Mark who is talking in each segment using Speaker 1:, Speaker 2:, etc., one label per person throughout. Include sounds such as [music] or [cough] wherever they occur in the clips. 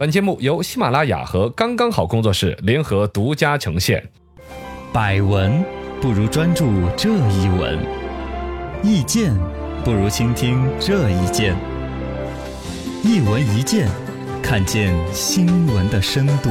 Speaker 1: 本节目由喜马拉雅和刚刚好工作室联合独家呈现。
Speaker 2: 百闻不如专注这一闻，意见不如倾听这一见。一闻一见，看见新闻的深度。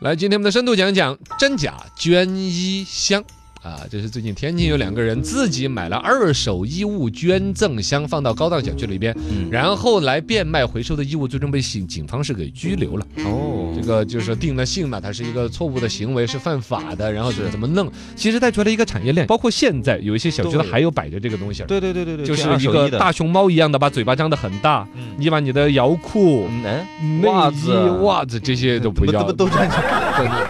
Speaker 1: 来，今天我们的深度讲一讲真假捐衣箱啊，这是最近天津有两个人自己买了二手衣物捐赠箱，放到高档小区里边，
Speaker 2: 嗯，
Speaker 1: 然后来变卖回收的衣物，最终被警警方是给拘留了。
Speaker 2: 哦
Speaker 1: 这个就是定了性了，它是一个错误的行为，是犯法的，然后怎么怎么弄，其实带出来一个产业链，包括现在有一些小区它
Speaker 2: 对
Speaker 1: 还有摆着这个东西儿，
Speaker 2: 对对对对对，
Speaker 1: 就是
Speaker 2: 这二
Speaker 1: 一
Speaker 2: 手
Speaker 1: 个
Speaker 2: 的
Speaker 1: 大熊猫一样的把嘴巴张得很大，
Speaker 2: 嗯
Speaker 1: 你把你的摇裤、
Speaker 2: 嗯哎，
Speaker 1: 内
Speaker 2: 袜
Speaker 1: 衣
Speaker 2: 子、嗯
Speaker 1: 袜子这些都不
Speaker 2: 怎么
Speaker 1: 要
Speaker 2: 怎么。都穿上，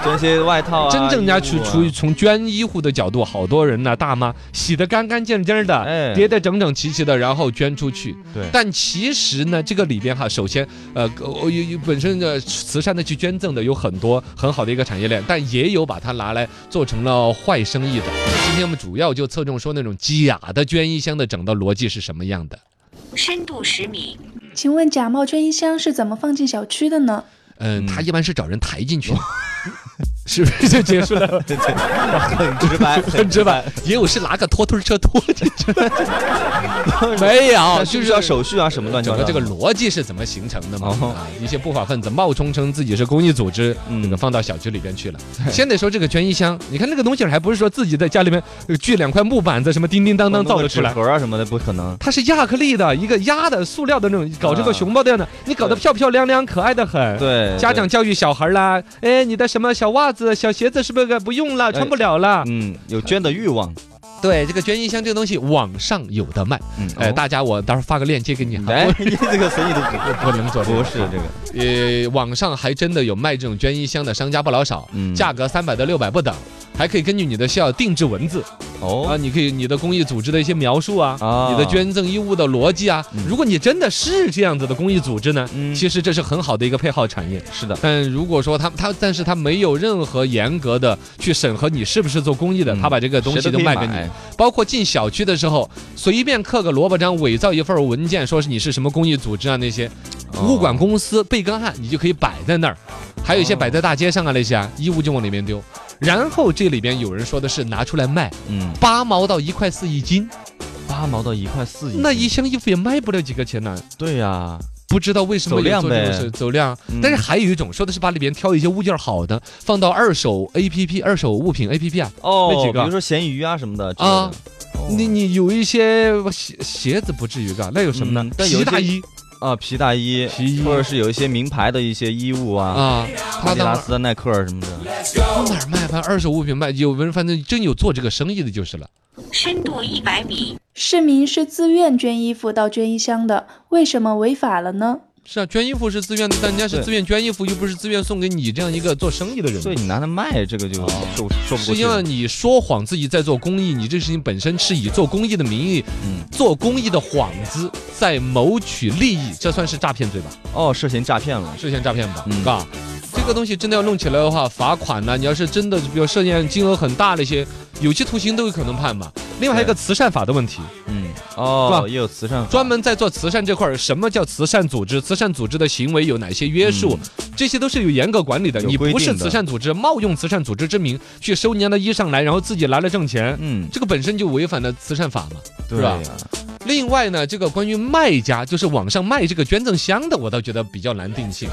Speaker 2: 这些外套啊，
Speaker 1: 真正人家去
Speaker 2: 衣服啊
Speaker 1: 出于从捐衣户的角度，好多人呢、大妈洗得干干净净的，
Speaker 2: 哎，
Speaker 1: 叠得整整齐齐的，然后捐出去。
Speaker 2: 对
Speaker 1: 但其实呢，这个里边哈，首先，呃，我有有本身的慈善的去捐赠的有很多很好的一个产业链，但也有把它拿来做成了坏生意的。今天我们主要就侧重说那种假的捐衣箱的整个逻辑是什么样的。
Speaker 3: 深度十米，
Speaker 4: 请问假冒捐衣箱是怎么放进小区的呢？
Speaker 1: 嗯，他
Speaker 2: 嗯
Speaker 1: 一般是找人抬进
Speaker 2: [laughs]
Speaker 1: 去的，是不是就结束了？
Speaker 2: 对对，很直白，
Speaker 1: 很直
Speaker 2: [laughs]
Speaker 1: 白，也有是拿个拖推车拖进去，没有，
Speaker 2: 但
Speaker 1: 就是
Speaker 2: 不
Speaker 1: 是
Speaker 2: 是要手续啊什么乱七
Speaker 1: 整
Speaker 2: 八
Speaker 1: 个
Speaker 2: 糟
Speaker 1: 这
Speaker 2: 的？
Speaker 1: 个逻辑是怎么形成的嘛？
Speaker 2: 哦
Speaker 1: 啊，一些不法分子冒充称自己是公益组织，
Speaker 2: 嗯
Speaker 1: 这个放到小区里边
Speaker 2: [laughs]
Speaker 1: 去了。先得说这个捐衣箱，你看那个东西还不是说自己在家里面呃锯两块木板子什么叮叮当当
Speaker 2: 弄
Speaker 1: 造
Speaker 2: 个
Speaker 1: 的出来
Speaker 2: 纸。盒啊什么的不可能。
Speaker 1: 它是亚克力的一个压的塑料的那种，搞这个
Speaker 2: 啊
Speaker 1: 熊猫的样的，你搞得
Speaker 2: 对
Speaker 1: 漂漂亮亮，可爱的很。
Speaker 2: 对，
Speaker 1: 家长教育小孩儿啦，哎，你的什么小袜子、小鞋子是不是不用了，
Speaker 2: 哎
Speaker 1: 穿不了了？
Speaker 2: 嗯有捐的欲望，
Speaker 1: 对，这个捐衣箱这个东西网上有的卖，
Speaker 2: 嗯
Speaker 1: 哎，
Speaker 2: 哦
Speaker 1: 大家我到时候发个链接给你哈。
Speaker 2: 哎，你这个生意都不
Speaker 1: 嗯不能做这个
Speaker 2: 不是这个，
Speaker 1: 呃，网上还真的有卖这种捐衣箱的商家不老少，
Speaker 2: 嗯
Speaker 1: 价格三百到六百不等，还可以根据你的需要定制文字啊，
Speaker 2: 哦，
Speaker 1: 你可以你的公益组织的一些描述啊，
Speaker 2: 啊
Speaker 1: 你的捐赠衣物的逻辑啊。
Speaker 2: 嗯
Speaker 1: 如果你真的是这样子的公益组织呢，
Speaker 2: 嗯
Speaker 1: 其实这是很好的一个配套产业。
Speaker 2: 是的，
Speaker 1: 但如果说他他，但是他没有任何严格的去审核你是不是做公益的，
Speaker 2: 嗯
Speaker 1: 他把这个东西
Speaker 2: 谁
Speaker 1: 都
Speaker 2: 都可以
Speaker 1: 卖给你，
Speaker 2: 买
Speaker 1: 包括进小区的时候，随便刻个萝卜章，伪造一份文件，说是你是什么公益组织啊那些，
Speaker 2: 哦
Speaker 1: 物管公司被干案你就可以摆在那儿，还有一些
Speaker 2: 哦
Speaker 1: 摆在大街上啊那些啊，衣物就往里面丢。然后这里边有人说的是拿出来卖，
Speaker 2: 嗯，
Speaker 1: 八毛到一块四一斤，
Speaker 2: 八毛到一块四一斤，
Speaker 1: 那一箱衣服也卖不了几个钱呢。
Speaker 2: 对呀，
Speaker 1: 不知道为什么
Speaker 2: 走量
Speaker 1: 有做这种
Speaker 2: 呗
Speaker 1: 事走量
Speaker 2: 嗯，
Speaker 1: 但是还有一种说的是把里边挑一些物件好的，放到二手 A P P、二手物品 A P P 啊，
Speaker 2: 哦，
Speaker 1: 那几个
Speaker 2: 比如说咸鱼啊什么的
Speaker 1: 啊，你
Speaker 2: 你
Speaker 1: 你有一些鞋鞋子不至于啊噶，那有什么呢
Speaker 2: 嗯？但有
Speaker 1: 皮
Speaker 2: 一
Speaker 1: 大
Speaker 2: 些
Speaker 1: 衣
Speaker 2: 啊皮大衣，
Speaker 1: 皮衣
Speaker 2: 或者是有一些名牌的一些衣物啊，
Speaker 1: 啊，
Speaker 2: 马
Speaker 1: 他
Speaker 2: 迪拉
Speaker 1: 当
Speaker 2: 斯、耐克啊什么的，
Speaker 1: 哪儿卖？反正二手物品卖，有人反正真有做这个生意的就是了。
Speaker 3: 深度一百米，
Speaker 4: 市民是自愿捐衣服到捐衣箱的，为什么违法了呢？
Speaker 1: 是啊，捐衣服是自愿的，但人家是
Speaker 2: 对
Speaker 1: 自愿捐衣服，又不是自愿送给你这样一个做生意的人。
Speaker 2: 所以你拿它卖这个就说说不
Speaker 1: 是
Speaker 2: 过去
Speaker 1: 因为
Speaker 2: 了，
Speaker 1: 你说谎自己在做公益，你这事情本身是以做公益的名义、
Speaker 2: 嗯，
Speaker 1: 做公益的幌子，在谋取利益，这算是诈骗罪吧？
Speaker 2: 哦，涉嫌诈骗了，
Speaker 1: 涉嫌诈骗吧？
Speaker 2: 嗯
Speaker 1: 啊，这个东西真的要弄起来的话，罚款呢、你要是真的，比如涉嫌金额很大的一些，有期徒刑都有可能判嘛。另外还有一个慈善法的问题，
Speaker 2: 嗯，
Speaker 1: 是吧
Speaker 2: 哦，也有慈善法
Speaker 1: 专门在做慈善这块儿，什么叫慈善组织？慈善组织的行为有哪些约束？这些都是有严格管理的。
Speaker 2: 嗯有
Speaker 1: 你
Speaker 2: 规
Speaker 1: 不是
Speaker 2: 定的
Speaker 1: 慈善组织，冒用慈善组织之名去收人家的衣裳来，然后自己拿来挣钱，
Speaker 2: 嗯，
Speaker 1: 这个本身就违反了慈善法嘛。
Speaker 2: 对啊
Speaker 1: 吧
Speaker 2: 呀，
Speaker 1: 另外呢，这个关于卖家，就是网上卖这个捐赠箱的，我倒觉得比较难定性。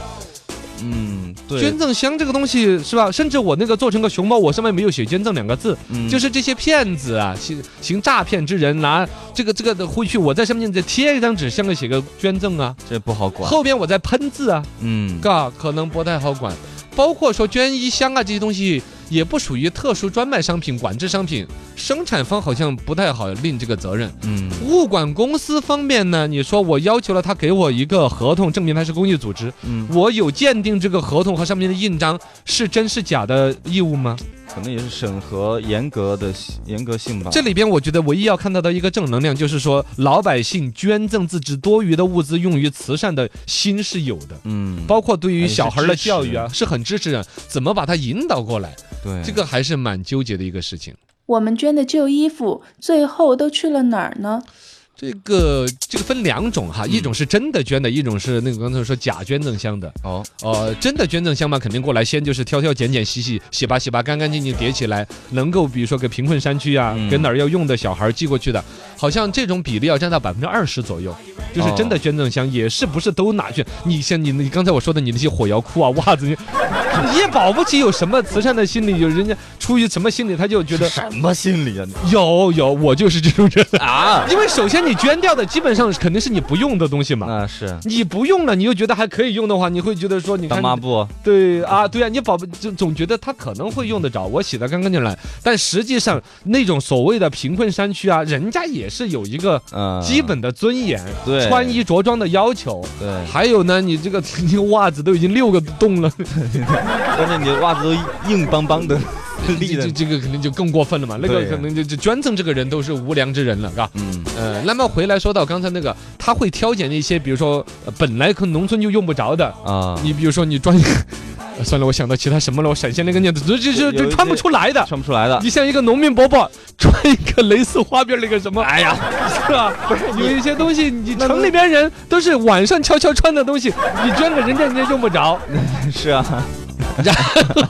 Speaker 2: 嗯，对
Speaker 1: 捐，赠箱这个东西是吧？甚至我那个做成个熊猫，我上面没有写“捐赠”两个字，
Speaker 2: 嗯
Speaker 1: 就是这些骗子啊，行行诈骗之人拿这个这个的回去，我在上面再贴一张纸，像个写个捐赠啊，
Speaker 2: 这不好管，
Speaker 1: 后边我再喷字啊，
Speaker 2: 嗯，
Speaker 1: 嘎，可能不太好管。包括说捐衣箱啊这些东西，也不属于特殊专卖商品、管制商品，生产方好像不太好拎这个责任。
Speaker 2: 嗯，
Speaker 1: 物管公司方面呢，你说我要求了他给我一个合同，证明他是公益组织，
Speaker 2: 嗯，
Speaker 1: 我有鉴定这个合同和上面的印章是真是假的义务吗？
Speaker 2: 可能也是审核严格的严格性吧。
Speaker 1: 这里边我觉得唯一要看到的一个正能量，就是说老百姓捐赠自己多余的物资用于慈善的心是有的。
Speaker 2: 嗯，
Speaker 1: 包括对于
Speaker 2: 哎是
Speaker 1: 小孩的
Speaker 2: 支持
Speaker 1: 教育啊，是很支持的，怎么把他引导过来，
Speaker 2: 对
Speaker 1: 这个还是蛮纠结的一个事情。
Speaker 4: 我们捐的旧衣服最后都去了哪儿呢？
Speaker 1: 这个这个分两种
Speaker 2: 嗯
Speaker 1: 哈，一种是真的捐的，一种是那个刚才说假捐赠箱的。
Speaker 2: 哦，
Speaker 1: 呃，真的捐赠箱嘛，肯定过来先就是挑挑拣拣、洗洗洗吧洗吧，干干净净叠起来，能够比如说给贫困山区啊，
Speaker 2: 嗯
Speaker 1: 给哪儿要用的小孩儿寄过去的，好像这种比例啊要占到百分之二十左右，就是真的捐赠箱也是不是都拿去？你像你你刚才我说的你那些火药库啊、袜子，你你也保不齐有什么慈善的心理，有人家出于什么心理，他就觉 [laughs] 得
Speaker 2: 什么心理啊？
Speaker 1: 有有，我就是这种人。[laughs]
Speaker 2: 啊，
Speaker 1: 因为首先你捐掉的基本上肯定是你不用的东西嘛。
Speaker 2: 那是
Speaker 1: 你不用了，你又觉得还可以用的话，你会觉得说，你
Speaker 2: 当
Speaker 1: 看，
Speaker 2: 抹布，
Speaker 1: 对啊，对啊，你宝贝就总觉得他可能会用得着，我洗的干干净净。但实际上，那种所谓的贫困山区啊，人家也是有一个
Speaker 2: 嗯，
Speaker 1: 基本的尊严、
Speaker 2: 对
Speaker 1: 穿衣着装的要求。
Speaker 2: 对，
Speaker 1: 还有呢，你这个 [laughs] 你这个袜子都已经六个洞了，
Speaker 2: 关键你的袜子都硬邦邦
Speaker 1: [laughs]
Speaker 2: 的，立
Speaker 1: 这
Speaker 2: 的
Speaker 1: 这，这个肯定就更过分了嘛。那个
Speaker 2: 对
Speaker 1: 可能就就捐赠这个人都是无良之人了，是吧？
Speaker 2: 嗯，
Speaker 1: 呃，那么回来说到刚才那个，他会挑拣一些，比如说、呃本来可能农村就用不着的，
Speaker 2: 啊，
Speaker 1: 你比如说你装一个，呃算了，我想到其他什么了，我闪现那个念头，这这这
Speaker 2: 有
Speaker 1: 这
Speaker 2: 一些
Speaker 1: 穿不出来的。
Speaker 2: [laughs] 穿不出来的。
Speaker 1: 你像一个农民伯伯穿一个蕾丝花边那个什么，哎呀，是吧？有一些东西，你城里边人都是晚上悄悄穿的东西，你捐给人家，人家用不着。
Speaker 2: [laughs] 是
Speaker 1: [laughs]
Speaker 2: 啊，
Speaker 1: 然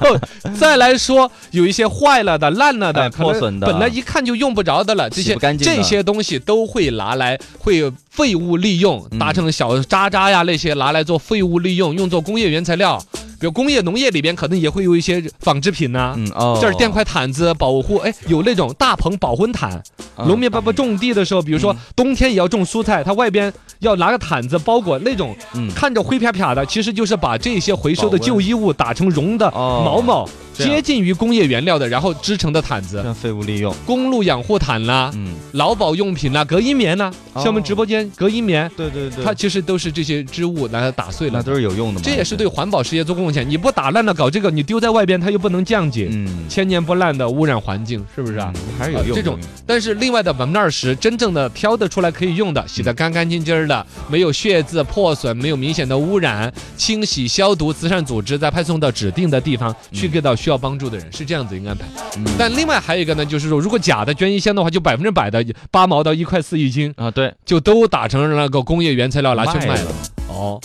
Speaker 1: 后再来说有一些坏了的、烂了的、
Speaker 2: 哎
Speaker 1: 可能
Speaker 2: 破损的
Speaker 1: 本来一看就用不着的了，这
Speaker 2: 洗
Speaker 1: 些
Speaker 2: 不干净的
Speaker 1: 这些东西都会拿来会废物利用，
Speaker 2: 嗯
Speaker 1: 搭成小渣渣呀那些拿来做废物利用，用作工业原材料，比如工业农业里边可能也会有一些纺织品呐、
Speaker 2: 嗯哦，
Speaker 1: 这儿垫块毯子保护，哎，有那种大棚保温毯。
Speaker 2: 嗯
Speaker 1: 农民伯伯种地的时候，比如说
Speaker 2: 嗯
Speaker 1: 冬天也要种蔬菜，他外边要拿个毯子包裹那种
Speaker 2: 嗯
Speaker 1: 看着灰啪啪的，其实就是把这些回收的
Speaker 2: 保温
Speaker 1: 旧衣物打成绒的
Speaker 2: 哦
Speaker 1: 毛毛，
Speaker 2: 这样
Speaker 1: 接近于工业原料的，然后织成的毯
Speaker 2: 这
Speaker 1: 子，
Speaker 2: 样废物利用，
Speaker 1: 公路养护毯啦、
Speaker 2: 嗯，
Speaker 1: 劳保用品啦、隔音棉啦，
Speaker 2: 哦
Speaker 1: 像我们直播间隔音棉，
Speaker 2: 对对对，
Speaker 1: 它其实都是这些织物拿它打碎
Speaker 2: 那
Speaker 1: 了。
Speaker 2: 都是有用的嘛，
Speaker 1: 这也是对环保事业做贡献。你不打烂了搞这个，你丢在外边它又不能降解，
Speaker 2: 嗯，
Speaker 1: 千年不烂的污染环境，是不是
Speaker 2: 是
Speaker 1: 啊
Speaker 2: 啊？，还是有
Speaker 1: 呃
Speaker 2: 用
Speaker 1: 这
Speaker 2: 的。
Speaker 1: 种
Speaker 2: 有用
Speaker 1: 但是另外的百分之二十，真正的挑得出来可以用的，洗得干干净净儿的，没有血渍、破损，没有明显的污染，清洗消毒，慈善组织再派送到指定的地方去给到需要帮助的人，是这样子一个安排。
Speaker 2: 嗯
Speaker 1: 但另外还有一个呢，就是说，如果假的捐一箱的话，就百分之百的八毛到一块四一斤，
Speaker 2: 啊，对，
Speaker 1: 就都打成那个工业原材料拿去卖
Speaker 2: 卖
Speaker 1: 了。哦，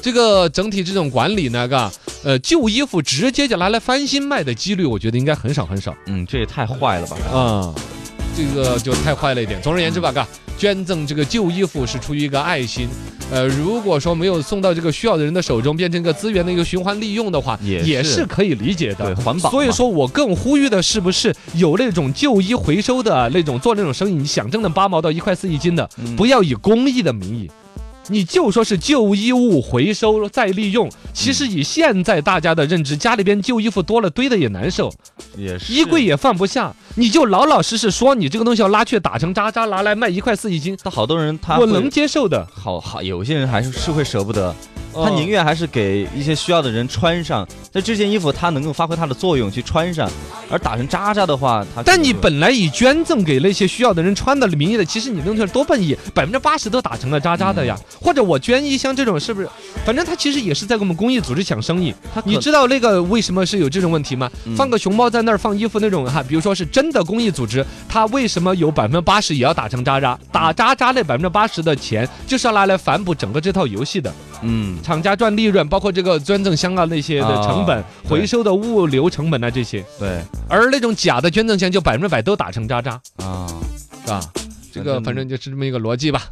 Speaker 1: 这个整体这种管理呢，嘎，呃，旧衣服直接就拿来翻新卖的几率，我觉得应该很少很少。
Speaker 2: 嗯，这也太坏了吧？
Speaker 1: 啊、这个就太坏了一点。总而言之吧，嘎，捐赠这个旧衣服是出于一个爱心，呃，如果说没有送到这个需要的人的手中，变成一个资源的一个循环利用的话，
Speaker 2: 也是
Speaker 1: 是可以理解
Speaker 2: 对
Speaker 1: 的。
Speaker 2: 环保嘛
Speaker 1: 所以说我更呼吁的是不是有那种旧衣回收的那种做那种生意，你想挣那八毛到一块四一斤的，
Speaker 2: 嗯
Speaker 1: 不要以公益的名义。你就说是旧衣物回收再利用，其
Speaker 2: 嗯
Speaker 1: 实以现在大家的认知，家里边旧衣服多了堆的也难受，
Speaker 2: 也是
Speaker 1: 衣柜也放不下，你就老老实实说，你这个东西要拉去打成渣渣，拿来卖一块四一斤，
Speaker 2: 他好多人他
Speaker 1: 我
Speaker 2: 会
Speaker 1: 能接受的。
Speaker 2: 好好，有些人还是是会舍不得，他
Speaker 1: 嗯
Speaker 2: 宁愿还是给一些需要的人穿上。那这件衣服它能够发挥它的作用去穿上，而打成渣渣的话，它
Speaker 1: 但你本来以捐赠给那些需要的人穿的名义的，其实你弄出来多半也百分之八十都打成了渣渣的呀。
Speaker 2: 嗯
Speaker 1: 或者我捐一箱这种，是不是？反正他其实也是在给我们公益组织抢生意。你知道那个为什么是有这种问题吗？
Speaker 2: 嗯
Speaker 1: 放个熊猫在那儿放衣服那种哈，比如说是真的公益组织，它为什么有百分之八十也要打成渣渣？打渣渣那百分之八十的钱就是要拿来反哺整个这套游戏的。
Speaker 2: 嗯
Speaker 1: 厂家赚利润，包括这个捐赠箱啊那些的成本、
Speaker 2: 啊对
Speaker 1: 回收的物流成本啊这些，
Speaker 2: 对
Speaker 1: 而那种假的捐赠箱就百分之百都打成渣渣，
Speaker 2: 啊，
Speaker 1: 是吧？这个反正就是这么一个逻辑吧。